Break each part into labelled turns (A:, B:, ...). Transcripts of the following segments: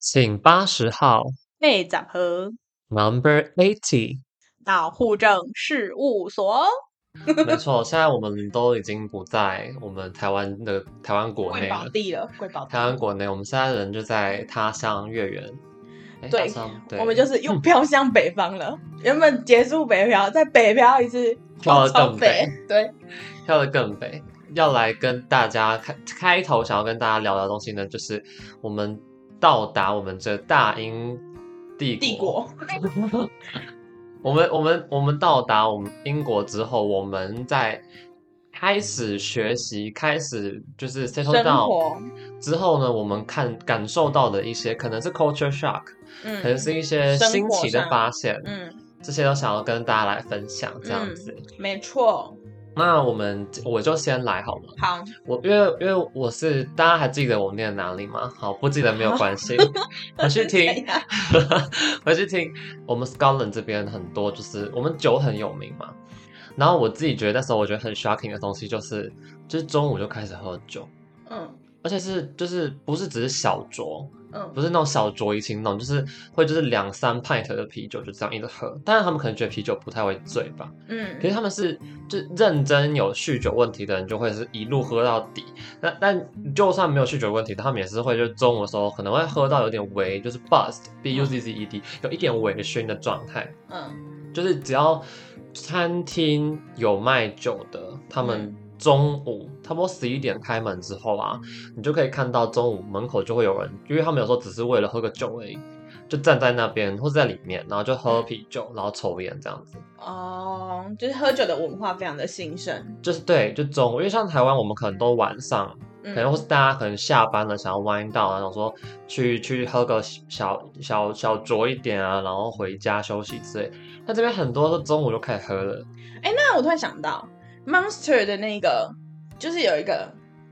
A: 请八十号
B: 内杂合
A: Number Eighty。
B: 到户政事务所。
A: 没错，现在我们都已经不在我们台湾的台湾国
B: 贵
A: 内
B: 宝
A: 了，
B: 地了，贵宝地
A: 台湾国内，我们现在人就在他乡月圆。诶
B: 对
A: 他乡对，
B: 我们就是 又飘向北方了。原本结束北漂，在北漂一次
A: 跳得
B: 超
A: 更
B: 北
A: 北，
B: 对，
A: 跳得更北，要来跟大家开开头想要跟大家聊聊的东西呢，就是我们到达我们这大英帝
B: 帝国
A: 我们我们我们到达我们英国之后，我们在开始学习，开始就是 settle
B: 生
A: down
B: 活，
A: 之后呢，我们看感受到的一些可能是 culture shock，、可能
B: 嗯
A: 是一些
B: 生
A: 新
B: 活
A: 奇的
B: 上
A: 发现，
B: 嗯，
A: 这些都想要跟大家来分享这样
B: 嗯
A: 子。
B: 没错。
A: 那我们我就先来好了，
B: 好，
A: 我因为因为我是大家还记得我念哪里吗？好，不记得没有关系， 回去听，回去听。我们 Scotland 这边很多就是我们酒很有名嘛，然后我自己觉得那时候我觉得很 shocking 的东西就是，就是中午就开始喝酒，
B: 嗯
A: 而且是就是不是只是小酌，
B: 嗯
A: 不，是那种小酌怡情那种，就是会就是两三 pint 的啤酒就这样一直喝，当然他们可能觉得啤酒不太会醉吧，可
B: 嗯
A: 是他们是就认真有酗酒问题的人，就会是一路喝到底。那但就算没有酗酒问题，他们也是会就中午的时候可能会喝到有点微，就是 bust b u z z e d，有一点微醺的状态。
B: 嗯，
A: 就是只要餐厅有卖酒的，他们
B: 嗯
A: 中午差不多十一点开门之后啊，你就可以看到中午门口就会有人，因为他们有时候只是为了喝个酒而已，就站在那边或者在里面，然后就喝啤酒，然后抽烟这样子。
B: 哦，就是喝酒的文化非常的兴盛，
A: 就是对，就中午，因为像台湾，我们可能都晚上，
B: 嗯
A: 可能或是大家可能下班了，想要 wind down，然后说去去喝个小小小酌一点啊，然后回家休息之类。那这边很多都中午就开始喝了，
B: 哎，那我突然想到，Monster 的那个，就是有一个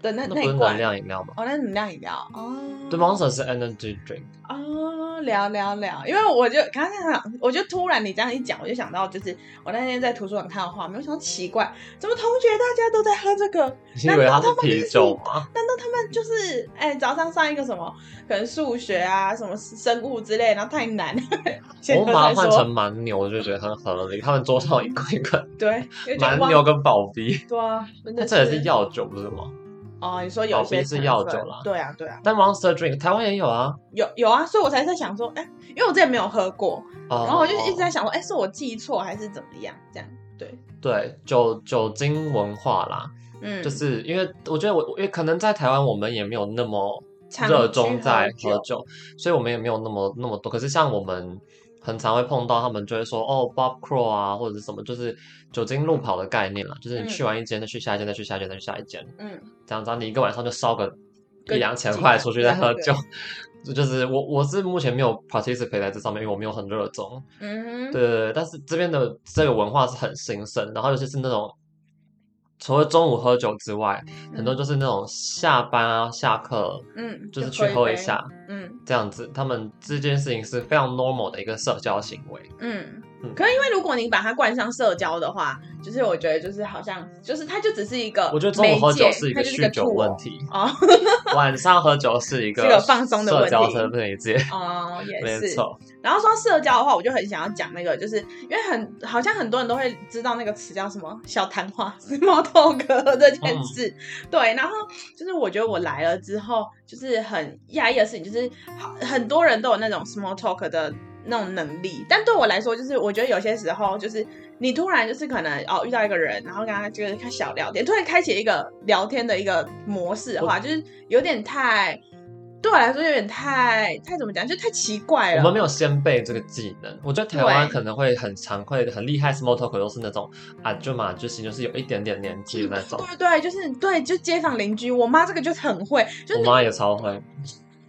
B: 的那
A: 那
B: 那
A: 不是
B: 一
A: 能
B: 罐，
A: 量饮料吗？
B: 哦，那能量饮料哦，
A: 对，Monster 是 energy drink，
B: 哦，聊聊聊，因为我就刚才想，我就突然你这样一讲，我就想到，就是我那天在图书馆看到画面，我想到奇怪，怎么同学大家都在喝这个？
A: 你以为它是啤酒吗？
B: 难道他们就是哎、早上上一个什么，可能数学啊，什么生物之类，然后太难，先
A: 我
B: 喝
A: 们把
B: 再
A: 它换
B: 说。
A: 成蛮牛，我就觉得很合理。他们桌上一罐一罐
B: 对，因为就
A: 蛮
B: 忘
A: 牛跟宝碧，
B: 对啊，真的
A: 那这也是药酒不是吗？
B: 哦。你说有一
A: 保
B: 些
A: 冰是
B: 成
A: 药
B: 分
A: 酒啦
B: 对啊对啊，
A: 但 Monster drink 台湾也有啊，
B: 有有啊，所以我才在想说，哎、因为我之前没有喝过，
A: 哦
B: 然后我就一直在想说，哎、是我记错还是怎么样？这样对，
A: 对酒酒精文化啦。
B: 嗯，
A: 就是因为我觉得我，因为可能在台湾我们也没有那么
B: 常
A: 热
B: 去
A: 衷在
B: 喝
A: 喝酒，所以我们也没有那么那么多。可是像我们很常会碰到，他们就会说哦，Bob Crawl 啊，或者是什么，就是酒精路跑的概念啦，就是你去完一间再去下一间，再去下一间，再去下一间，
B: 嗯，
A: 这样子啊你一个晚上就烧个一
B: 个
A: 两千
B: 几
A: 块
B: 百
A: 出去再喝
B: 对
A: 酒。 这就是我，我是目前没有 participate 在这上面，因为我没有很热衷。
B: 嗯哼，
A: 对对对，但是这边的这个文化是很兴盛，然后尤其是那种除了中午喝酒之外，很多就是那种下班啊、下课
B: 嗯，
A: 就是去喝一下
B: 杯，嗯
A: 这样子，他们这件事情是非常 normal 的一个社交行为。
B: 嗯
A: 嗯。
B: 可是因为如果你把它冠上社交的话，就是我觉得就是好像就是它就只是一呃个媒介，
A: 我觉得中午喝酒是一
B: 它
A: 个
B: 就是
A: 酗酒
B: tool
A: 问题，
B: 哦
A: 晚上喝酒是一
B: 是个放松的问
A: 社交
B: 题
A: 的媒介，
B: 哦， 也
A: 没
B: 是。
A: 错。
B: 然后说到社交的话，我就很想要讲那个，就是因为很好像很多人都会知道那个词叫什么“小谈话 ”（small talk） 这
A: 嗯
B: 件事。对，然后就是我觉得我来了之后，就是很讶异的事情，就是好很多人都有那种 small talk 的。那种能力，但对我来说，就是我觉得有些时候，就是你突然就是可能哦遇到一个人，然后跟他就是开小聊天，突然开启一个聊天的一个模式的话，就是有点太对我来说有点太太怎么讲，就太奇怪了。
A: 我们没有先备这个技能，我觉得台湾
B: 啊对
A: 可能会很常会很厉害，small talk 都是那种啊就嘛就行，就是有一点点年纪的那种。
B: 对对，就是对，就街坊邻居，我妈这个就很会，就是
A: 我妈也超会，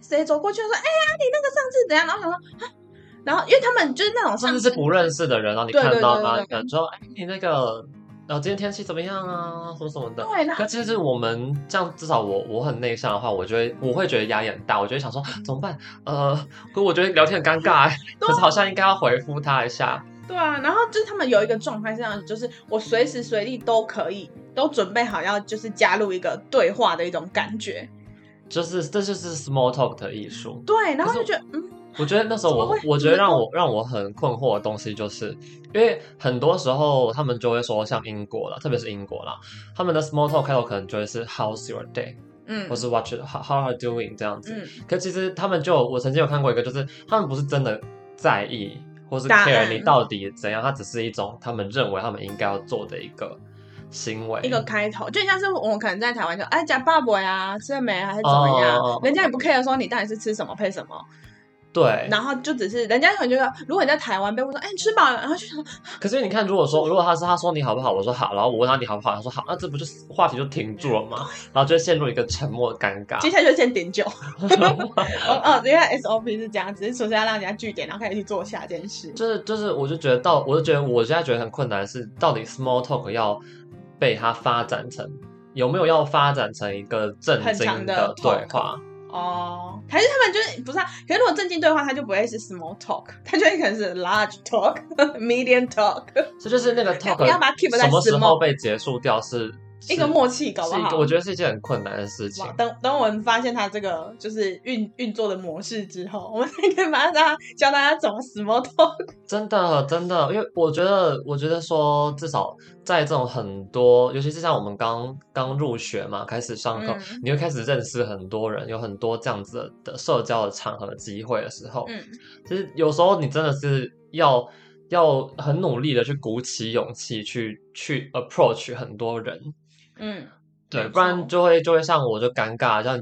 B: 谁走过去就说：“哎呀，你那个上次怎样？”然后想说啊，然后因为他们就是那种
A: 甚
B: 上
A: 至
B: 次
A: 是不认识的人，然后你
B: 对对
A: 看到
B: 对
A: 他
B: 对，
A: 感说：“哎，你那个，然后今天天气怎么样啊？什么什么的。”
B: 对，然后
A: 可其实我们这样，至少我我很内向的话，我就会我会觉得压力很大，我就会想说怎么办？呃，可我觉得聊天很尴尬、哎可是好像应该要回复他一下。
B: 对啊，然后就是他们有一个状态是这样，就是我随时随地都可以，都准备好要就是加入一个对话的一种感觉。
A: 就是这就是 small talk 的艺术。
B: 对，然后
A: 可
B: 就是觉得嗯，
A: 我觉得那时候
B: 怎么
A: 我
B: 会，
A: 我觉得
B: 怎
A: 让
B: 么会
A: 我让我很困惑的东西，就是因为很多时候他们就会说，像英国啦，特别是英国啦，他们的 small talk 开头可能就会是 How's your day，
B: 嗯
A: 或是 What you, how how are you doing 这样子。
B: 嗯，
A: 可其实他们就有，我曾经有看过一个，就是他们不是真的在意或是
B: 答
A: care
B: 案
A: 你到底怎样，它只是一种他们认为他们应该要做的一个行为。
B: 一个开头，就像是我们可能在台湾就哎讲爸爸呀，吃了没啊，还是怎么样
A: 哦
B: 人家也不 care 说你到底是吃什么配什么，
A: 对，
B: 然后就只是人家可能觉得，如果你在台湾被问说，哎，你吃饱了，然后就想说
A: 可是你看，如果说如果他是他说你好不好，我说好，然后我问他你好不好，他说好，那这不就是话题就停住了吗？然后就会陷入一个沉默尴尬。
B: 接下来就先点酒。哦哦，因为 SOP 是这样，只是首先要让人家据点，然后开始去做下一 件事。
A: 就是就是，我就觉得到，我就觉得我现在觉得很困难的是，到底 small talk 要被它发展成有没有要发展成一个正
B: 很
A: 经
B: 长的
A: 的对
B: talk
A: 话？
B: 哦，还是他们就是不是、啊？可是如果正经对话，他就不会是 small talk，他就会可能是 large talk、medium talk，
A: 这就是那个 talk
B: 要把它 keep 在
A: 什么时
B: small
A: 候被结束掉是
B: 一个
A: 是
B: 默契，搞不
A: 是一
B: 好。
A: 个我觉得是一件很困难的事情
B: 哇。等等，我们发现它这个就是运运作的模式之后，我们才可以马上让它教大家怎么 small talk。
A: 真的，真的，因为我觉得，我觉得说，至少在这种很多，尤其是像我们刚刚入学嘛，开始上课，
B: 嗯
A: 你会开始认识很多人，有很多这样子的的社交的场合机会的时候，
B: 嗯，
A: 其实有时候你真的是要要很努力的去鼓起勇气去去 approach 很多人，
B: 嗯，
A: 对，
B: 没
A: 不然
B: 错
A: 就会就会像我就尴尬，像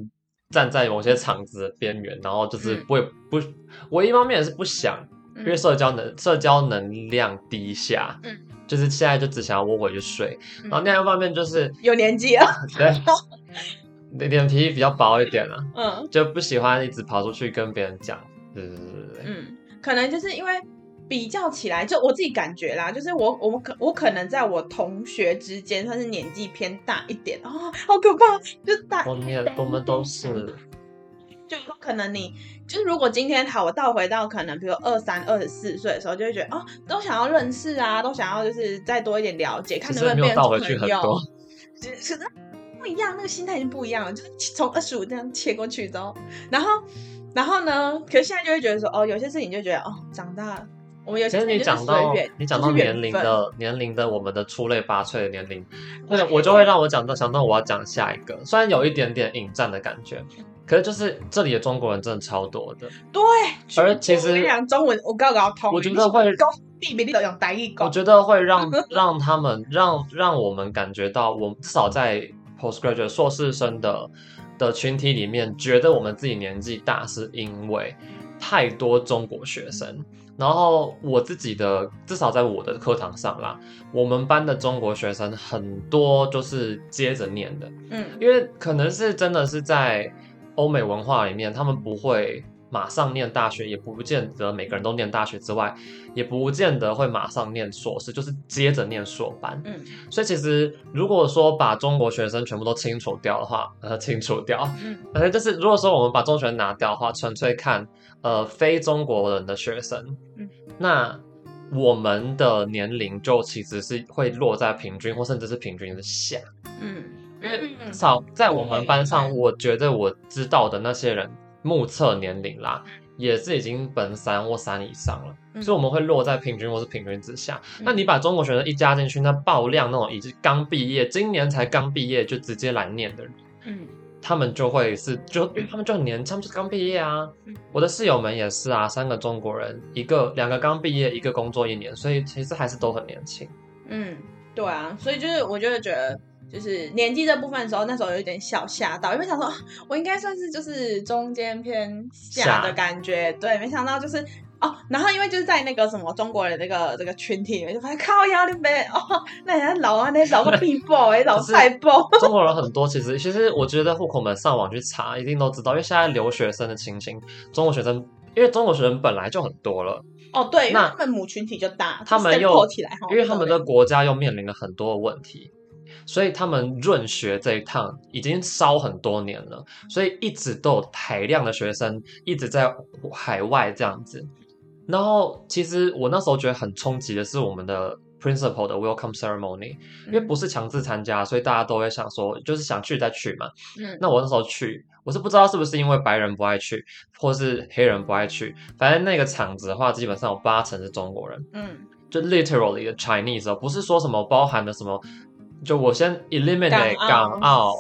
A: 站在某些场子的边缘，然后就是
B: 嗯
A: 不会、不，我一方面也是不想。
B: 嗯
A: 因为社交能社交能量低下，
B: 嗯，
A: 就是现在就只想要窝回去睡。然后
B: 嗯哦
A: 另外一方面就是，
B: 有年纪啊了，
A: 对，脸脸皮比较薄一点了、
B: 嗯
A: 就不喜欢一直跑出去跟别人讲。对对对对对，
B: 嗯，可能就是因为。比较起来，就我自己感觉啦，就是我我们可我可能在我同学之间算是年纪偏大一点哦，好可怕，就大
A: 我们也我们都是，
B: 就有可能你就是如果今天好，我倒回到可能比如二三、二十四岁的时候，就会觉得哦，都想要认识啊，都想要就是再多一点了解，看
A: 其
B: 能不
A: 实
B: 能
A: 没有
B: 变
A: 倒回
B: 成
A: 去
B: 朋
A: 很
B: 友
A: 多。。
B: 只是不一样，那个心态已经不一样了，就是从二十五这样切过去之后，然后然后呢，可是现在就会觉得说，哦，有些事情就觉得哦，长大了，我们有
A: 其
B: 些
A: 实
B: 事情
A: 你
B: 就
A: 讲
B: 是
A: 到
B: 随缘，
A: 你讲
B: 就
A: 到
B: 是缘
A: 年龄
B: 分，嗯
A: 的年龄的我们的出类拔萃的年龄，那个我就会让我讲到想到我要讲下一个，虽然有一点点引战的感觉，
B: 嗯
A: 可是就是这里的中国人真的超多的，
B: 对。
A: 而其实
B: 我跟你讲中文，我刚刚通，
A: 我觉得会
B: 讲地比你都用台语
A: 我
B: 讲，
A: 觉得会让让他们让让我们感觉到，我们至少在 postgraduate 硕士生的的群体里面，觉得我们自己年纪大，是因为太多中国学生。然后我自己的，至少在我的课堂上啦，我们班的中国学生很多就是接着念的，
B: 嗯
A: 因为可能是真的是在欧美文化里面，他们不会马上念大学，也不见得每个人都念大学之外，也不见得会马上念硕士，就是接着念硕班。
B: 嗯
A: 所以其实如果说把中国学生全部都清除掉的话， 呃，清除掉，
B: 嗯
A: 反正就是如果说我们把中学生拿掉的话，纯粹看呃非中国人的学生，
B: 嗯
A: 那。我们的年龄就其实是会落在平均或甚至是平均的下，
B: 嗯，
A: 因为
B: 嗯
A: 至少在我
B: 对
A: 们班上，
B: 对
A: 我觉得我知道的那些人目测年龄啦，也是已经本三或三以上了，
B: 嗯
A: 所以我们会落在平均或是平均之下。
B: 嗯
A: 那你把中国学生一加进去，那爆量那种已经刚毕业，今年才刚毕业就直接来念的人，
B: 嗯
A: 他们就会是就因为他们就很年，他们就刚毕业啊
B: 嗯。
A: 我的室友们也是啊，三个中国人，一个两个刚毕业，一个工作一年，所以其实还是都很年轻。
B: 嗯，对啊，所以就是我就会觉得，就是年纪这部分的时候，那时候有一点小吓到，因为想说啊我应该算是就是中间偏下的
A: 下
B: 感觉，对，没想到就是。哦，然后因为就是在那个什么中国人那个这个群体里面，就发现靠腰那边哦，那人家老啊，那老个 b b o 哎，老
A: 可是
B: 菜包，
A: 中国人很多，其实其实我觉得户口们上网去查，一定都知道，因为现在留学生的情形，中国学生因为中国学生本来就很多了，
B: 哦对，因为
A: 那
B: 他们母群体就大，
A: 他们
B: sample
A: 又
B: 起来，
A: 因为他们的国家又面临了很多的问题，所以他们润学这一趟已经烧很多年了，所以一直都有海量的学生一直在海外这样子。然后其实我那时候觉得很冲击的是我们的 principal 的 welcome ceremony，因
B: 嗯
A: 为不是强制参加，所以大家都会想说，就是想去再去嘛。
B: 嗯
A: 那我那时候去，我是不知道是不是因为白人不爱去，或是黑人不爱去，反正那个场子的话，基本上有八成是中国人，
B: 嗯，
A: 就 literally 的 Chinese 哦，不是说什么包含了什么，就我先 eliminate 港澳，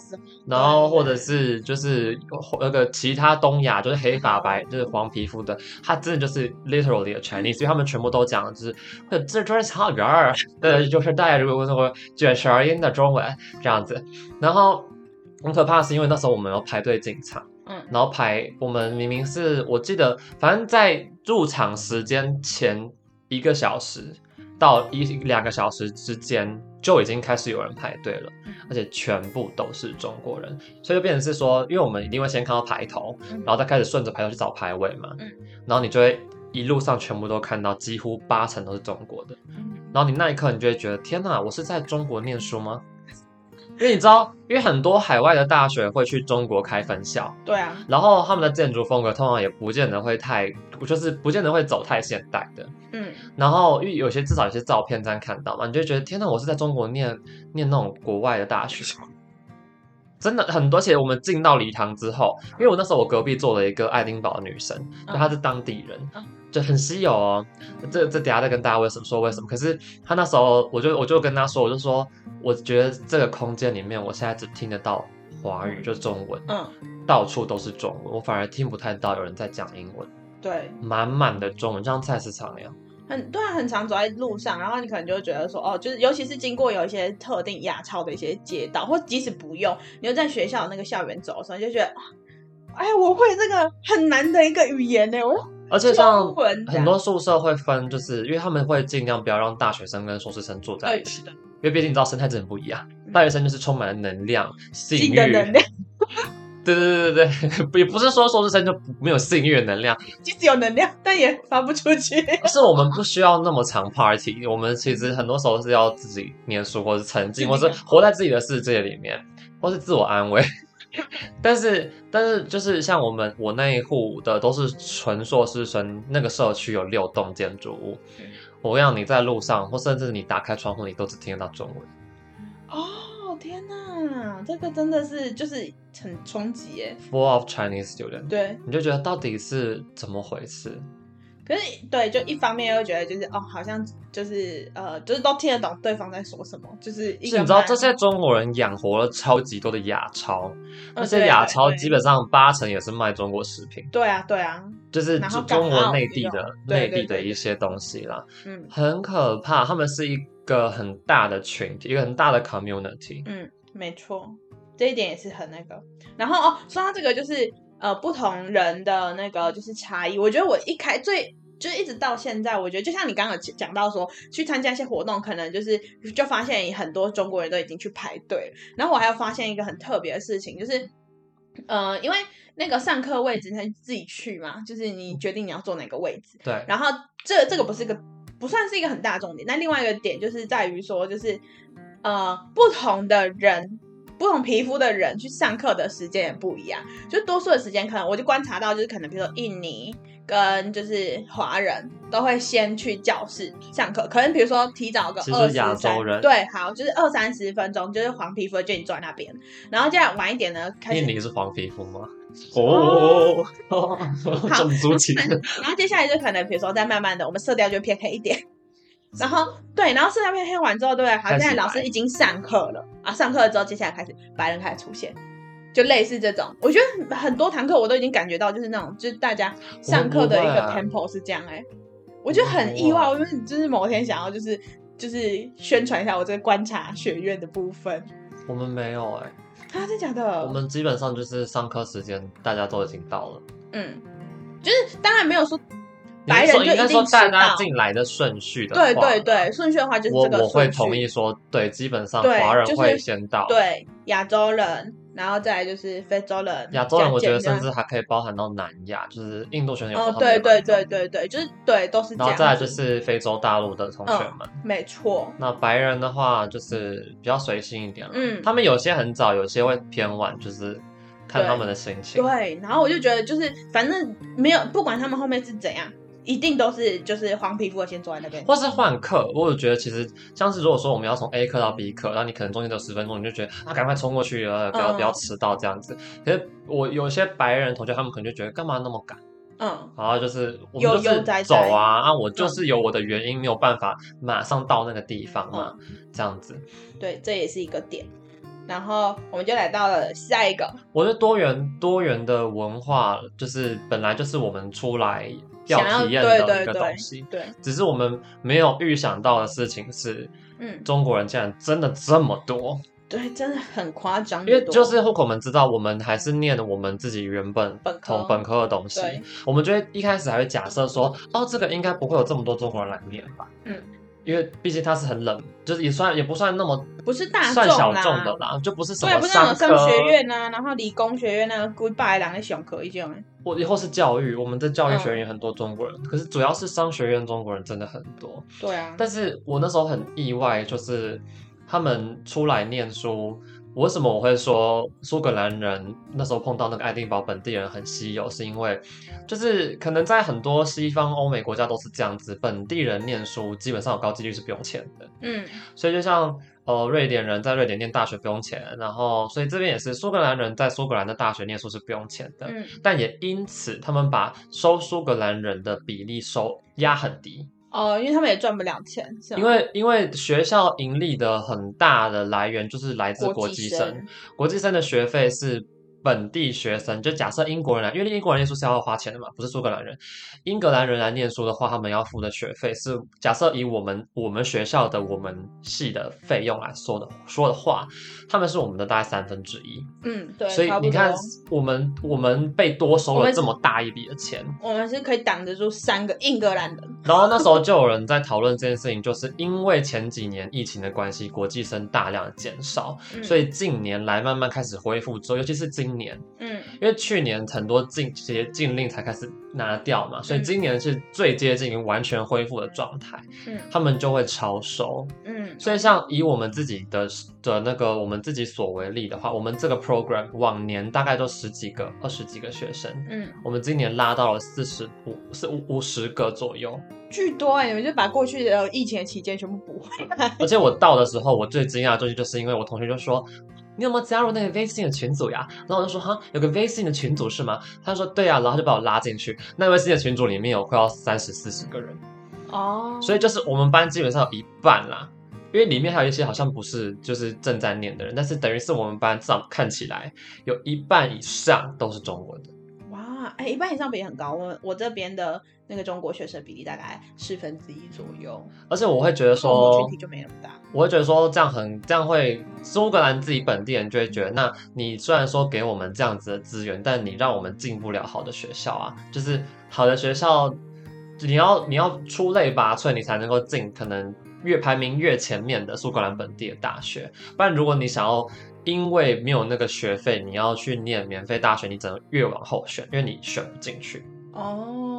A: 然后或者是就是那个其他东亚，就是黑发白，就是黄皮肤的，他真的就是 literally 的 Chinese，所以他们全部都讲的就是呃这就是草原儿，呃，就是大家如果说卷舌儿音的中文这样子，然后很可怕的是因为那时候我们要排队进场。
B: 嗯
A: 然后排我们明明是我记得，反正在入场时间前一个小时到一两个小时之间就已经开始有人排队了
B: 嗯，
A: 而且全部都是中国人，所以就变成是说，因为我们一定会先看到排头，
B: 嗯
A: 然后再开始顺着排头去找排位嘛
B: 嗯，
A: 然后你就会一路上全部都看到，几乎八成都是中国的。
B: 嗯
A: 然后你那一刻你就会觉得，天哪，我是在中国念书吗？因为你知道，因为很多海外的大学会去中国开分校，
B: 对啊，
A: 然后他们的建筑风格通常也不见得会太，就是不见得会走太现代的。
B: 嗯
A: 然后因为有些至少有些照片上看到嘛，你就会觉得天哪，我是在中国念念那种国外的大学。真的很多，而且我们进到礼堂之后，因为我那时候我隔壁坐了一个爱丁堡的女生，
B: 嗯
A: 就她是当地人
B: 嗯，
A: 就很稀有哦。这这等一下再跟大家为什么说为什么。可是她那时候，我就我就跟她说，我就说，我觉得这个空间里面，我现在只听得到华语，就是中文。
B: 嗯，
A: 到处都是中文，我反而听不太到有人在讲英文，
B: 对，
A: 满满的中文，就像菜市场一样。
B: 很对啊，很常走在路上，然后你可能就会觉得说，哦，就是尤其是经过有一些特定亚超的一些街道，或即使不用，你就在学校那个校园走的时候，你就觉得，啊哎，我会这个很难的一个语言呢，我
A: 而且像
B: 中文这
A: 很
B: 样
A: 多宿舍会分，就是因为他们会尽量不要让大学生跟硕士生住在一起，
B: 的
A: 因为毕竟你知道生态真的不一样
B: 嗯。
A: 大学生就是充满了能量、性
B: 性
A: 欲，
B: 的能量，
A: 对对对对对，也 不是说硕士生就没有性欲的能量，
B: 即使有能量，但也发不出去。
A: 是我们不需要那么长 party，我们其实很多时候是要自己念书，或是沉浸，
B: 自
A: 或
B: 己
A: 是
B: 的
A: 活在自己的世界里面，或是自我安慰。 但是，但是就是像我们我那一户的都是纯硕士生，那个社区有六栋建筑物
B: 嗯。
A: 我跟你讲，你在路上，或甚至你打开窗户，你都只听得到中文。
B: 哦，天哪，这个真的是就是很冲击耶。
A: Full of Chinese student，
B: 对，
A: 你就觉得到底是怎么回事？
B: 可是对，就一方面又觉得就是哦，好像就是呃，就是都听得懂对方在说什么，就是一
A: 是
B: 个
A: 你知道
B: 蛮
A: 这些中国人养活了超级多的亚超，
B: 嗯
A: 那
B: 对
A: 些
B: 对
A: 亚超
B: 对
A: 基本上八成也是卖中国食品。
B: 对啊对啊，
A: 就是
B: 然后
A: 中
B: 港
A: 中国
B: 澳
A: 内
B: 这
A: 地
B: 种
A: 的
B: 对
A: 内
B: 对
A: 地的
B: 对
A: 一些东西啦，
B: 嗯
A: 很可怕。他们是一个很大的群体，一个很大的 community。
B: 嗯，没错，这一点也是很那个。然后哦，说到这个就是呃，不同人的那个就是差异，我觉得我一开最。就是一直到现在，我觉得就像你刚刚有讲到说，去参加一些活动，可能就是就发现很多中国人都已经去排队了。然后我还有发现一个很特别的事情，就是呃，因为那个上课位置他自己去嘛，就是你决定你要坐哪个位置。
A: 对，
B: 然后这这个不是一个不算是一个很大的重点，但另外一个点就是在于说，就是呃不同的人。不同皮肤的人去上课的时间也不一样，就多数的时间可能我就观察到，就是可能比如说印尼跟就是华人都会先去教室上课，可能比如说提早个
A: 其实
B: 二十
A: 亚
B: 三
A: 洲人
B: 对，好就是二三十分钟，就是黄皮肤的就已经坐在那边，然后接下来晚一点呢，开始
A: 印尼是黄皮肤吗？
B: 哦
A: 哦，种族歧视。
B: 然后接下来就可能，比如说再慢慢的，我们色调就偏黑一点。 然后对，然后色调偏黑完之后，对不对？好，现
A: 嗯开始
B: 在老师
A: 白
B: 已经上课了啊，上课了之后，接下来开始白人开始出现，就类似这种。我觉得很多堂课我都已经感觉到，就是那种就是大家上课的一个
A: 我啊们
B: tempo 是这样哎、我就很意外，我就是就是某天想要就是就是宣传一下我这个观察学院的部分
A: 我们没有哎、
B: 啊，真的假的？
A: 我们基本上就是上课时间大家都已经到了。
B: 嗯，就是当然没有说
A: 你
B: 白
A: 是
B: 人
A: 说
B: 就
A: 应
B: 一
A: 该说
B: 定迟
A: 大家
B: 到。
A: 进来的顺序的
B: 对
A: 话
B: 对对，顺序的话就是
A: 我
B: 这个
A: 我会
B: 顺序
A: 同意说，对，基本上
B: 对
A: 华人
B: 就是
A: 会先到。。
B: 对亚洲人，然后再来就是非洲人、
A: 亚洲人，我觉得
B: 这样
A: 甚至还可以包含到南亚，就是印度选手。
B: 哦，对对对。对对，就是对，都是这
A: 然
B: 样
A: 后
B: 子。
A: 再来就是非洲大陆的同学
B: 嗯
A: 们，
B: 没错，
A: 那白人的话就是比较随性一点了。
B: 嗯
A: 他们有些很早，有些会偏晚，就是看他们的心情。
B: 对。然后我就觉得，就是反正没有，不管他们后面是怎样，一定都是就是黄皮肤的先坐在那边。
A: 或是换课，我有觉得其实像是如果说我们要从 A 课到 B 课，然后你可能中间只有十分钟，你就觉得啊赶快冲过去了，不要、
B: 嗯
A: 不要迟到这样子。可是我有些白人同学他们可能就觉得干嘛那么赶，
B: 嗯，
A: 然后就是我
B: 悠
A: 们就
B: 悠哉嗯
A: 是走
B: 哉
A: 啊啊，我就是有我的原因没有办法马上到那个地方嘛，
B: 嗯
A: 这样子。
B: 对，这也是一个点。然后我们就来到了下一个，
A: 我觉得多元多元的文化就是本来就是我们出来要
B: 想要
A: 体验
B: 对
A: 的
B: 对
A: 一个
B: 对
A: 东西，
B: 对，
A: 只是我们没有预想到的事情是，
B: 嗯，
A: 中国人竟然真的这么多，
B: 对，真的很夸张
A: 因
B: 地多，
A: 为就是户口们知道，我们还是念我们自己原本
B: 本科
A: 同本科的东西，
B: 对，
A: 我们就会一开始还会假设说，哦，这个应该不会有这么多中国人来念吧，
B: 嗯，
A: 因为毕竟它是很冷，就是也算也不算那么
B: 不是大
A: 算小
B: 众啦，
A: 众的啦，就不是什
B: 对，
A: 么
B: 不是那种
A: 商科
B: 商学院啊，然后理工学院那个 goodbye 人的上课一种的，
A: 我以后是教育，我们的教育
B: 嗯
A: 学院也很多中国人，可是主要是商学院中国人真的很多。
B: 对啊，
A: 但是我那时候很意外，就是他们出来念书，我为什么我会说苏格兰人那时候碰到那个爱丁堡本地人很稀有，是因为就是可能在很多西方欧美国家都是这样子，本地人念书基本上有高几率是不用钱的。
B: 嗯，
A: 所以就像呃瑞典人在瑞典念大学不用钱，然后所以这边也是苏格兰人在苏格兰的大学念书是不用钱的。
B: 嗯
A: 但也因此，他们把收苏格兰人的比例收压很低，
B: 哦，因为他们也赚不了钱，是吗
A: 因为因为学校盈利的很大的来源就是来自国际生，，国际生的学费是。本地学生就假设英国人来，因为英国人念书是要花钱的嘛，不是苏格兰人。英格兰人来念书的话，他们要付的学费是假设以我们我们学校的我们系的费用来说的说的话，他们是我们的大概三分之一。
B: 嗯，对，
A: 所以
B: 差不
A: 你看
B: 多，
A: 我们我们被多收
B: 我
A: 了
B: 们
A: 这么大一笔的钱，
B: 我们是可以挡得住三个英格兰人，
A: 然后那时候就有人在讨论这件事情，就是因为前几年疫情的关系，国际生大量减少，
B: 嗯
A: 所以近年来慢慢开始恢复之后，尤其是今年，
B: 嗯
A: 因为去年很多禁些禁令才开始拿掉嘛，所以
B: 嗯
A: 今年是最接近于完全恢复的状态，
B: 嗯
A: 他们就会超收。
B: 嗯
A: 所以像以我们自己的的那个我们自己所为例的话，我们这个 program 往年大概都十几个、二十几个学生，
B: 嗯，
A: 我们今年拉到了四十五是五五十个左右。
B: 巨多哎，你们就把过去的疫情的期间全部补回来，
A: 而且我到的时候，我最惊讶的东西就是因为我同学就说。你有没有加入那个微信的群组呀？然后我就说哈，有个微信的群组是吗？他说对呀、啊然后他就把我拉进去。那微信的群组里面有快要三十四十个人，
B: 哦，
A: 所以就是我们班基本上有一半啦，因为里面还有一些好像不是就是正在念的人，但是等于是我们班上看起来有一半以上都是中文的。
B: 哇，哎、一半以上比例很高。我我这边的那个中国学生比例大概四分之一左右，
A: 而且我会觉得
B: 所以我们
A: 说
B: 群体，就没那么大。
A: 我会觉得说这样很这样会苏格兰自己本地人就会觉得，那你虽然说给我们这样子的资源，但你让我们进不了好的学校啊，就是好的学校，你要你要出类拔萃，你才能够进可能越排名越前面的苏格兰本地的大学，不然如果你想要。因为没有那个学费，你要去念免费大学，你只能越往后选，因为你选不进去，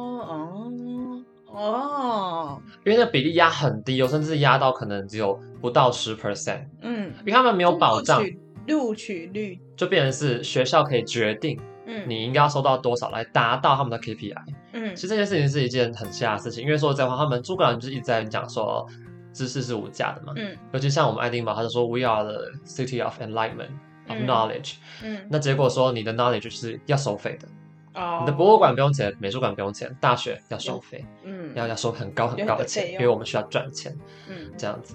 B: 哦哦哦，
A: 因为那比例压很低哦，甚至压到可能只有不到十 percent，
B: 嗯，
A: 因为他们没有保障
B: 录，取录取率，
A: 就变成是学校可以决定
B: 嗯，
A: 你应该要收到多少来达到他们的 KPI。
B: 嗯
A: 其实这件事情是一件很瞎的事情，因为说实在话，他们诸葛亮就是一直在讲说知识是无价的嘛，
B: 嗯
A: 尤其像我们爱丁堡，他就说 We are the city of enlightenment of
B: 嗯
A: knowledge、
B: 嗯，
A: 那结果说你的 knowledge 就是要收费的，
B: 哦，
A: 你的博物馆不用钱，美术馆不用钱，大学要收费，
B: 嗯，
A: 要要收很高很
B: 有
A: 高的
B: 很多费
A: 钱，因
B: 用
A: 为我们需要赚钱。
B: 嗯
A: 这样子。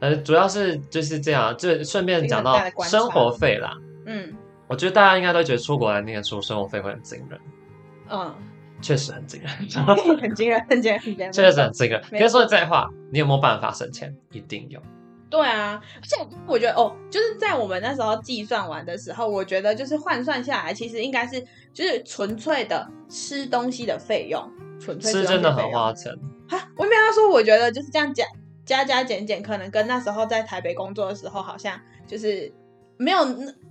A: 呃，主要是就是这样，就顺便讲到
B: 这个很大的观察
A: 生活费啦。
B: 嗯
A: 我觉得大家应该都觉得出国来念书，生活费会很惊人，
B: 嗯，
A: 确实很惊人，
B: 很惊人，很惊人，很惊人，
A: 确实很惊人。
B: 没
A: 可是说实在话，你有没有办法省钱？一定有。
B: 对啊，而且我觉得哦，就是在我们那时候计算完的时候，我觉得就是换算下来，其实应该是就是纯粹的吃东西的费用，纯粹
A: 吃
B: 东西
A: 真的
B: 费哦
A: 很
B: 用
A: 花钱，
B: 啊！我没有要说，我觉得就是这样加加加减减，可能跟那时候在台北工作的时候，好像就是没有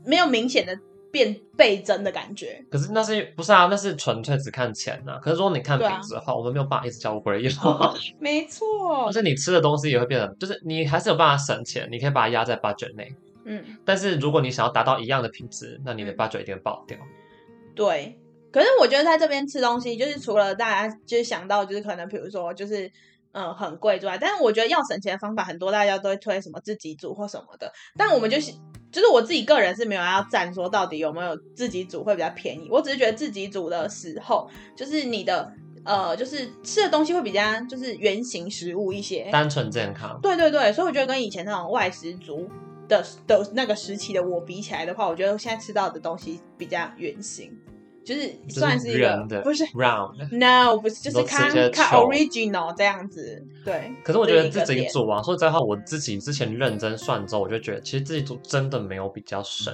B: 没有明显的变倍增的感觉。
A: 可是那是不是啊？那是纯粹只看钱呐、可是如果你看
B: 对
A: 品
B: 啊
A: 质的话，我们没有办法一直交乌龟一
B: 没错
A: 而，且你吃的东西也会变得，就是你还是有办法省钱，你可以把它压在 budget 内。
B: 嗯，
A: 但是如果你想要达到一样的品质，那你的
B: 嗯
A: budget 一定会爆掉。
B: 对。可是我觉得在这边吃东西，就是除了大家就是想到就是可能比如说就是嗯很贵之外，但是我觉得要省钱的方法很多，大家都会推什么自己煮或什么的。但我们就是就是我自己个人是没有要站说到底有没有自己煮会比较便宜，我只是觉得自己煮的时候，就是你的呃就是吃的东西会比较就是原形食物一些。
A: 单纯健康。
B: 对对对，所以我觉得跟以前那种外食族的的那个时期的我比起来的话，我觉得我现在吃到的东西比较原形，就是
A: 是
B: 算是一个
A: 圆的
B: 不是
A: round，
B: no 不是就是
A: 都吃
B: 看
A: 一些
B: 看
A: 球
B: original 这样子，对。
A: 可是我觉得
B: 这是一个
A: 自己
B: 点
A: 煮啊，说实在话，我自己之前认真算之后，我就觉得其实自己煮真的没有比较省。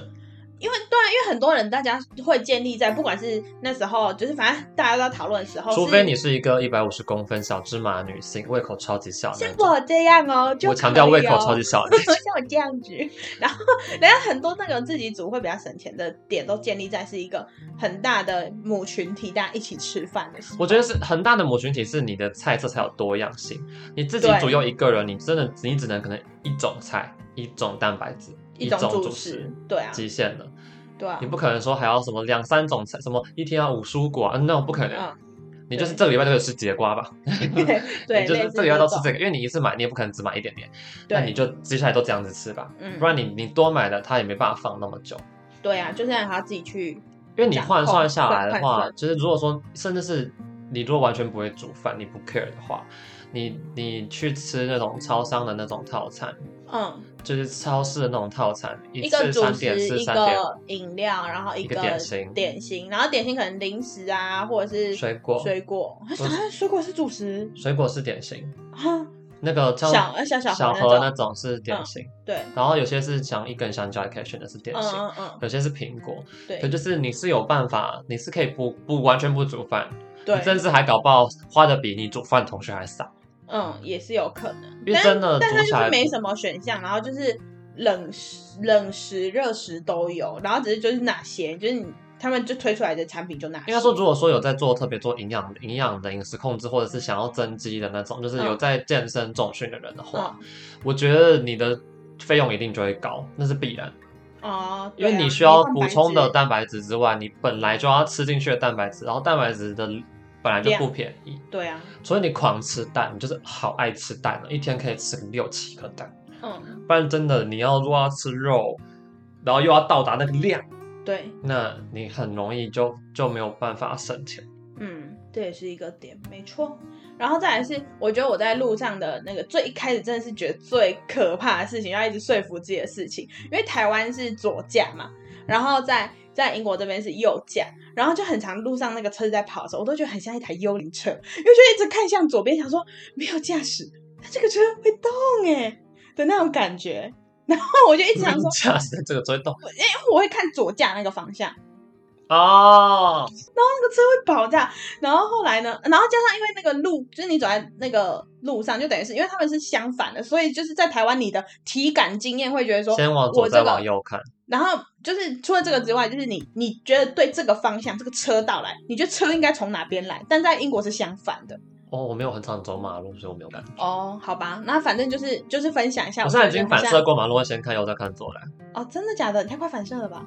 B: 因为对啊，因为很多人大家会建立在不管是那时候，就是反正大家都在讨论的时候，
A: 除非你是一个一百五十公分小芝麻女性，胃口超级小的
B: 像
A: 那种。
B: 我这样哦，就
A: 我强调
B: 可以
A: 胃口
B: 哦
A: 超级小 的那种。
B: 像我这样子，然后人家很多那种自己煮会比较省钱的点，都建立在是一个很大的母群体，大家一起吃饭的时候。
A: 我觉得是很大的母群体是你的菜色才有多样性，你自己
B: 对
A: 煮又一个人，你真的你只能可能一种菜、一种蛋白质、
B: 一
A: 种
B: 主
A: 主食，
B: 对啊，
A: 极限了。
B: 对啊
A: 你，不可能说还要什么两三种菜，什么一天要五蔬果啊，那、no, 不可能。
B: 嗯，
A: 你就是
B: 对
A: 这个礼拜就可以吃节瓜吧，
B: 对对，
A: 你就是
B: 类似
A: 这个礼拜都吃
B: 种
A: 这个，因为你一次买你也不可能只买一点点，那
B: 对，
A: 你就接下来都这样子吃吧，
B: 嗯
A: 不然你你多买了它也没办法放那么久。
B: 对啊，就是让他自己去，
A: 因为你
B: 掌
A: 换
B: 控
A: 算下来的
B: 换
A: 话，
B: 算
A: 就是如果说甚至是你如果完全不会煮饭，你不 care 的话，你你去吃那种超商的那种套餐，
B: 嗯，
A: 就是超市的那种套餐，一
B: 一
A: 次
B: 个主
A: 三
B: 食，
A: 点四
B: 一
A: 三点
B: 个饮料，然后一
A: 一个点心
B: 点心，然后点心可能零食啊，或者是
A: 水果
B: 水果，啊
A: 不是
B: 水果是主食
A: 水果是点心，
B: 啊，
A: 那个像
B: 小呃小小
A: 小
B: 盒
A: 盒
B: 那嗯
A: 那种是点心，
B: 对，
A: 然后有些是像一根香蕉也可以选的是点
B: 嗯
A: 心，
B: 嗯嗯，
A: 有些是苹果，
B: 对
A: 可就是你是有办法，你是可以不不完全不煮饭，
B: 对
A: 你，甚至还搞不好花的比你煮饭的同学还少，
B: 嗯，也是有可能，
A: 因为
B: 但
A: 真的
B: 但
A: 煮
B: 它
A: 起
B: 就是
A: 来
B: 没什么选项，然后就是冷食、冷食、热食都有，然后只是就是哪些，就是你他们就推出来的产品就哪些。
A: 应该说，如果说有在做特别做营养营养的饮食控制，或者是想要增肌的那种，就是有
B: 嗯
A: 在健身重训的人的话，
B: 嗯
A: 我觉得你的费用一定就会高，那是必然，
B: 哦，
A: 因为
B: 对啊
A: 你需要
B: 蛋
A: 补
B: 白
A: 充的
B: 质
A: 蛋白质之外，你本来就要吃进去的蛋白质，然后蛋白质的本来就不便宜，
B: 对啊，
A: 所以你狂吃蛋，你就是好爱吃蛋了，一天可以吃个六七颗蛋，
B: 嗯，
A: 不然真的你要如果要吃肉，然后又要到达那个量，
B: 对，
A: 那你很容易就就没有办法省钱。
B: 嗯，这也是一个点，没错。然后再来是，我觉得我在路上的那个最一开始真的是觉得最可怕的事情，要一直说服自己的事情，因为台湾是左驾嘛，然后在在英国这边是右驾，然后就很常路上那个车子在跑的时候，我都觉得很像一台幽灵车，因为就一直看向左边，想说没有驾驶，它这个车会动哎、的那种感觉。然后我就一直想 说，
A: 驾驶这个追动
B: 因为我会看左驾那个方向，
A: 哦，
B: 那个车会 爆炸。然后后来呢，然后加上因为那个路，就是你走在那个路上，就等于是因为他们是相反的，所以就是在台湾你的体感经验会觉得说，
A: 先往左
B: 我这
A: 再
B: 个
A: 往右看，
B: 然后就是除了这个之外，就是你你觉得对这个方向这个车道来，你觉得车应该从哪边来？但在英国是相反的。
A: 哦，我没有很常走马路，所以我没有感觉。
B: 哦，好吧，那反正就是就是分享一下。
A: 我现在
B: 觉得
A: 已经反
B: 很
A: 射
B: 像
A: 过马路，会先看右再看左了。
B: 哦，真的假的？你太快反射了吧？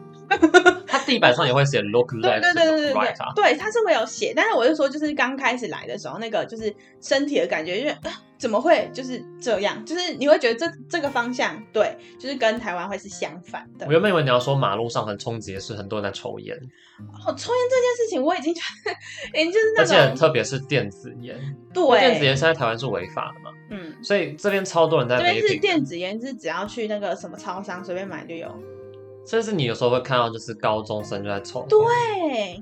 A: 它地板上也会写 look
B: 对
A: left
B: 对对对对
A: look
B: 对
A: right 啊，，
B: 对，他是会有写，但是我就说，就是刚开始来的时候，那个就是身体的感觉，就是、啊怎么会就是这样，就是你会觉得这这个方向对，就是跟台湾会是相反的
A: 我。原本以为你要说马路上很冲击的是很多人在抽烟，
B: 哦，抽烟这件事情，我已经觉得，已 经就是那
A: 而且
B: 种
A: 特别是电子烟，因为电子
B: 对，
A: 烟现在台湾是违法的嘛，
B: 嗯，
A: 所以这边超多人在
B: 这边
A: 违
B: 是
A: 品。
B: 电子烟，是只要去那个什么超商随便买就有。
A: 甚至你有时候会看到就是高中生就在抽，
B: 对，，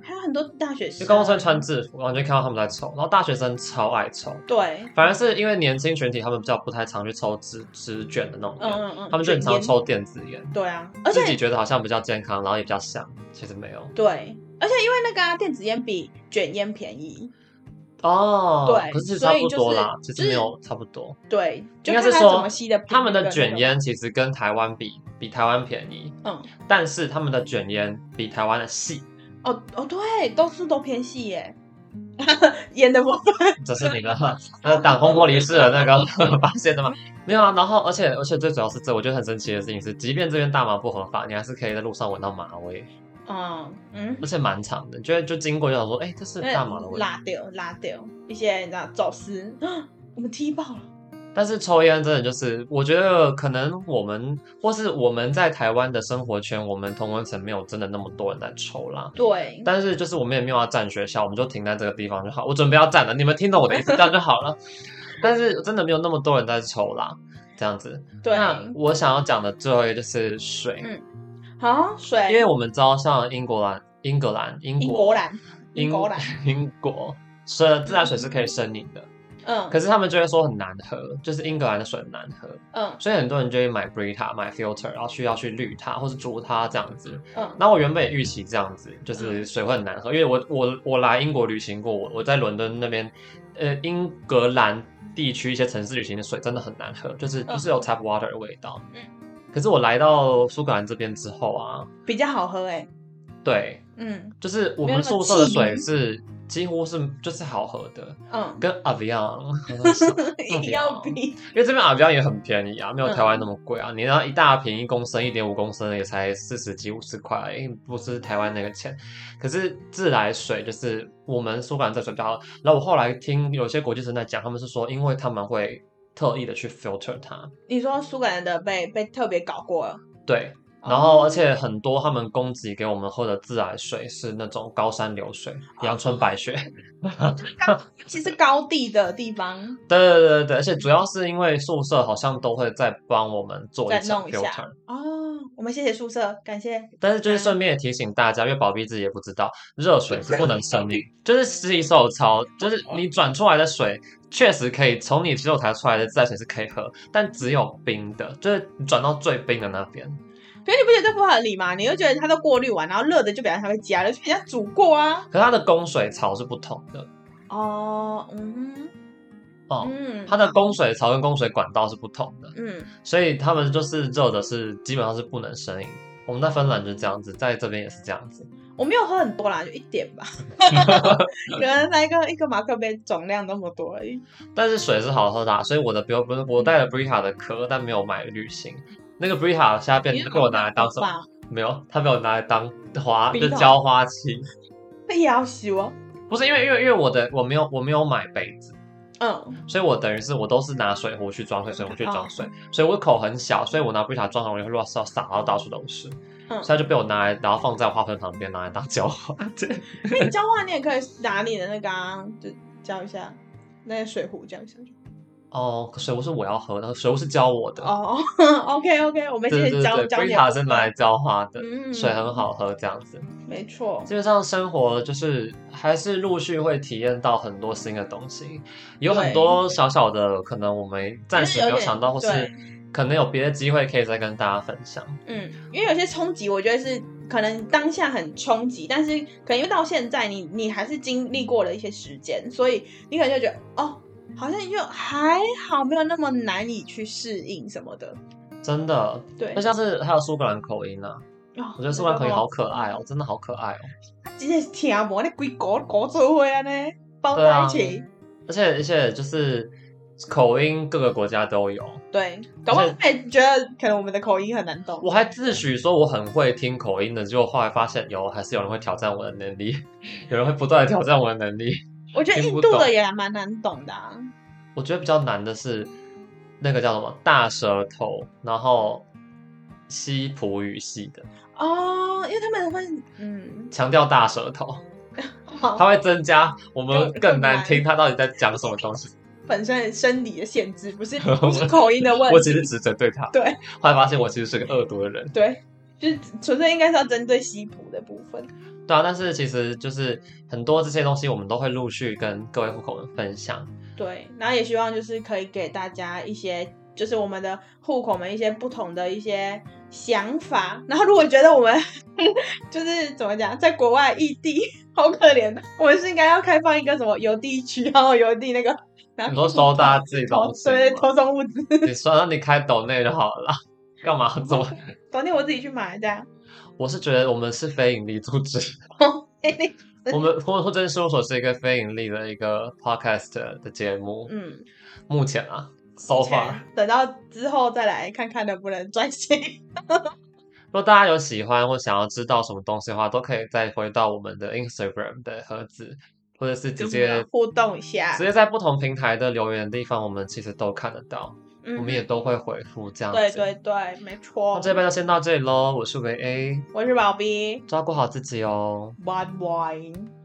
B: 还有很多大学
A: 就
B: 生，
A: 高中生穿制服，然后你就看到他们在抽，然后大学生超爱抽，
B: 对，
A: 反而是因为年轻群体他们比较不太常去抽纸纸卷的那种
B: 嗯
A: 烟，
B: 嗯嗯，
A: 他们就很常
B: 卷烟，
A: 抽电子烟。
B: 对啊，而且
A: 自己觉得好像比较健康，然后也比较香，其实没有
B: 对，而且因为那个、啊、电子烟比卷烟便宜，
A: 哦
B: 对
A: 可是其实
B: 所
A: 差
B: 以
A: 不
B: 就
A: 多
B: 是
A: 啦，
B: 就
A: 其实没
B: 是
A: 有差不多。
B: 对，就
A: 应该
B: 看
A: 是
B: 它怎
A: 说
B: 么吸的频率
A: 他们的
B: 跟那
A: 卷
B: 个，
A: 烟其实跟台湾比，比台湾便宜，
B: 嗯，
A: 但是他们的卷烟比台湾的 细，
B: 哦哦，对，都是都偏细耶， 烟的部分，
A: 这是你的呃党烘玻璃式的那 个发现的吗？没有啊，然后而且而且最主要是这，我觉得很神奇的事情是，即便这边大麻不合法，你还是可以在路上闻到麻味。
B: 嗯嗯，
A: 而且蛮长的，就就经过就想说，哎、这是大麻的味道。
B: 拉掉拉掉一些你知道走私，啊我们踢爆了，
A: 但是抽烟真的就是，我觉得可能我们或是我们在台湾的生活圈，我们同文层没有真的那么多人在抽啦。
B: 对，
A: 但是就是我们也没有要站学校，我们就停在这个地方就好。我准备要站了，你们听懂我的意思，这样就好了。但是真的没有那么多人在抽啦，这样子。
B: 对，
A: 那我想要讲的最后一个就是水，
B: 嗯好水，
A: 因为我们知道像英国兰、英格兰、英
B: 英
A: 国
B: 国、兰，英国兰，
A: 英国生自来水是可以生饮的，
B: 嗯，
A: 可是他们就会说很难喝，就是英格兰的水很难喝，
B: 嗯
A: 所以很多人就会买 Brita、买 Filter，然后需要去滤它或是煮它这样子。
B: 嗯
A: 那我原本也预期这样子，就是水会很难喝，因为我我我来英国旅行过，我我在伦敦那边，呃，英格兰地区一些城市旅行的水真的很难喝，就是
B: 嗯
A: 就是有 tap water 的味道。
B: 嗯
A: 可是我来到苏格兰这边之后啊，
B: 比较好喝哎，
A: 对，
B: 嗯
A: 就是我
B: 没有
A: 们
B: 那
A: 宿
B: 么
A: 舍的
B: 气
A: 水是几乎是就是好喝的，
B: 嗯，
A: 跟 Avion
B: 一定 要比，
A: 因为这边阿标也很便宜啊，没有
B: 嗯
A: 台湾那么贵啊。你那一大瓶一公升、一点五公升的也才四十几、五十块，哎不是台湾那个钱。可是自来水就是我们苏格兰这水比较好。然后我后来听有些国际生在讲，他们是说，因为他们会特意的去 filter 它，
B: 你说苏格兰的被被特别搞过了，
A: 对。然后，而且很多他们供给给我们喝的自来水是那种高山流水、
B: 啊
A: 阳春白雪，
B: 其实高地的地方，
A: 对对对对，而且主要是因为宿舍好像都会再帮我们做一
B: 再
A: 场
B: 弄一下
A: filter，
B: 哦，我们谢谢宿舍，感谢，
A: 但是就是顺便也提醒大家，因为宝碧自己也不知道，热水是不能生饮，就是吸收超，就是你转出来的水确实可以从你洗手台出来的自来水是可以喝，但只有冰的，就是你转到最冰的那边。
B: 可是你不觉得这不合理吗？你就觉得它都过滤完，然后热的就表示它被加了，就人家煮过啊，
A: 可它的供水槽是不同的
B: 哦，嗯
A: 哦，
B: 嗯，
A: 它的供水槽跟供水管道是不同的，
B: 嗯，
A: 所以他们就是热的是基本上是不能生饮。我们在芬兰就是这样子，在这边也是这样子。
B: 我没有喝很多啦，就一点 吧，可能那一个一个马克杯总量那么多而已。
A: 但是水是好喝的啊、所以我的不用不是我带了 Brita 的壳，但没有买旅行。那个 Brita 虾变
B: 你是
A: 被我拿来当什么？
B: 吧？
A: 没有，它被我拿来当花，
B: 冰
A: 就
B: 桶
A: 浇花器。
B: 那也要洗哦。
A: 不是因为因为因为我的我没有我没有买杯子，
B: 嗯，
A: 所以我等于是我都是拿水壶去装水，水壶去装
B: 啊
A: 水，所以我口很小，所以我拿 Brita 装好，我就会乱撒撒到到处都是。
B: 嗯
A: 所以它就被我拿来，然后放在我花盆旁边，拿来当浇花。
B: 那你浇花，你也可以拿你的那个啊，就浇一下，那个水壶浇一下。
A: 哦，水壶是我要喝的，水壶是浇我的。
B: 哦 ，OK OK，我们
A: 对
B: 先
A: 对
B: 浇
A: 对
B: 浇你
A: ，Brita 是拿来浇花的，
B: 嗯
A: 水很好喝，这样子。
B: 没错，
A: 基本上生活就是还是陆续会体验到很多新的东西，有很多小小的可能我们暂时没有想到，或
B: 就是是有点
A: 可能有别的机会可以再跟大家分享。
B: 嗯，因为有些冲击，我觉得是可能当下很冲击，但是可能因为到现在你你还是经历过了一些时间，所以你可能就觉得哦，好像就还好，没有那么难以去适应什么的。
A: 真的，
B: 对
A: 那，像是还有苏格兰口音啊，
B: 哦
A: 我觉得苏格兰口音好可爱哦，真的好可爱哦。
B: 真的是听无，你规国国做伙安尼包
A: 对啊
B: 在一起，
A: 而且而且就是口音各个国家都有，
B: 对，搞不好他也觉得可能我们的口音很难懂。
A: 我还自诩说我很会听口音的，结果后来发现有还是有人会挑战我的能力， 有人会不断的挑战我的能力。
B: 我觉得
A: 听
B: 印
A: 不
B: 度
A: 懂
B: 的也蛮难懂的、啊，
A: 我觉得比较难的是那个叫什么大舌头，然后西普语系的，
B: 哦，因为他们会嗯，
A: 强调大舌头，它
B: 好，
A: 会增加我们
B: 就
A: 更难
B: 哦更难
A: 听它到底在讲什么东西。
B: 本身的生理的限制 不是不是口音的问
A: 我
B: 题
A: 其，实只针对他，
B: 对，
A: 后来发现我其实是个恶毒的人，
B: 对，就是纯粹应该是要针对西普的部分。
A: 对啊。但是其实就是很多这些东西，我们都会陆续跟各位户口们分享。
B: 对，然后也希望就是可以给大家一些，就是我们的户口们一些不同的一些想法。然后如果觉得我们 就是怎么讲，在国外异地好可怜，啊我们是应该要开放一个什么邮递区，然后邮递那个，然
A: 你
B: 后
A: 说收大家自己
B: 投
A: 东西吗，
B: 啊对投送物资，
A: 你说让你开抖内就好了啦，干嘛这 么？
B: 昨天我自己去买这样。
A: 我是觉得我们是非盈利组织。 我们或或真事务所是一个非盈利的一个 podcast 的节目，
B: 嗯，
A: 目前啊，so far，
B: 等到之后再来看看能不能转型。
A: 果大家有喜欢或想要知道什么东西的话，都可以再回到我们的 Instagram 的盒子，或者是直
B: 跟我
A: 接
B: 们互动一下
A: 直，接在不同平台的留言的地方，我们其实都看得到，
B: 嗯
A: 我们也都会回复这样子。
B: 对对对，没
A: 那
B: 错。
A: 这边就先到这里喽，我是维 A，
B: 我是宝贝
A: 照顾好自己哦。
B: ，Bad Wine。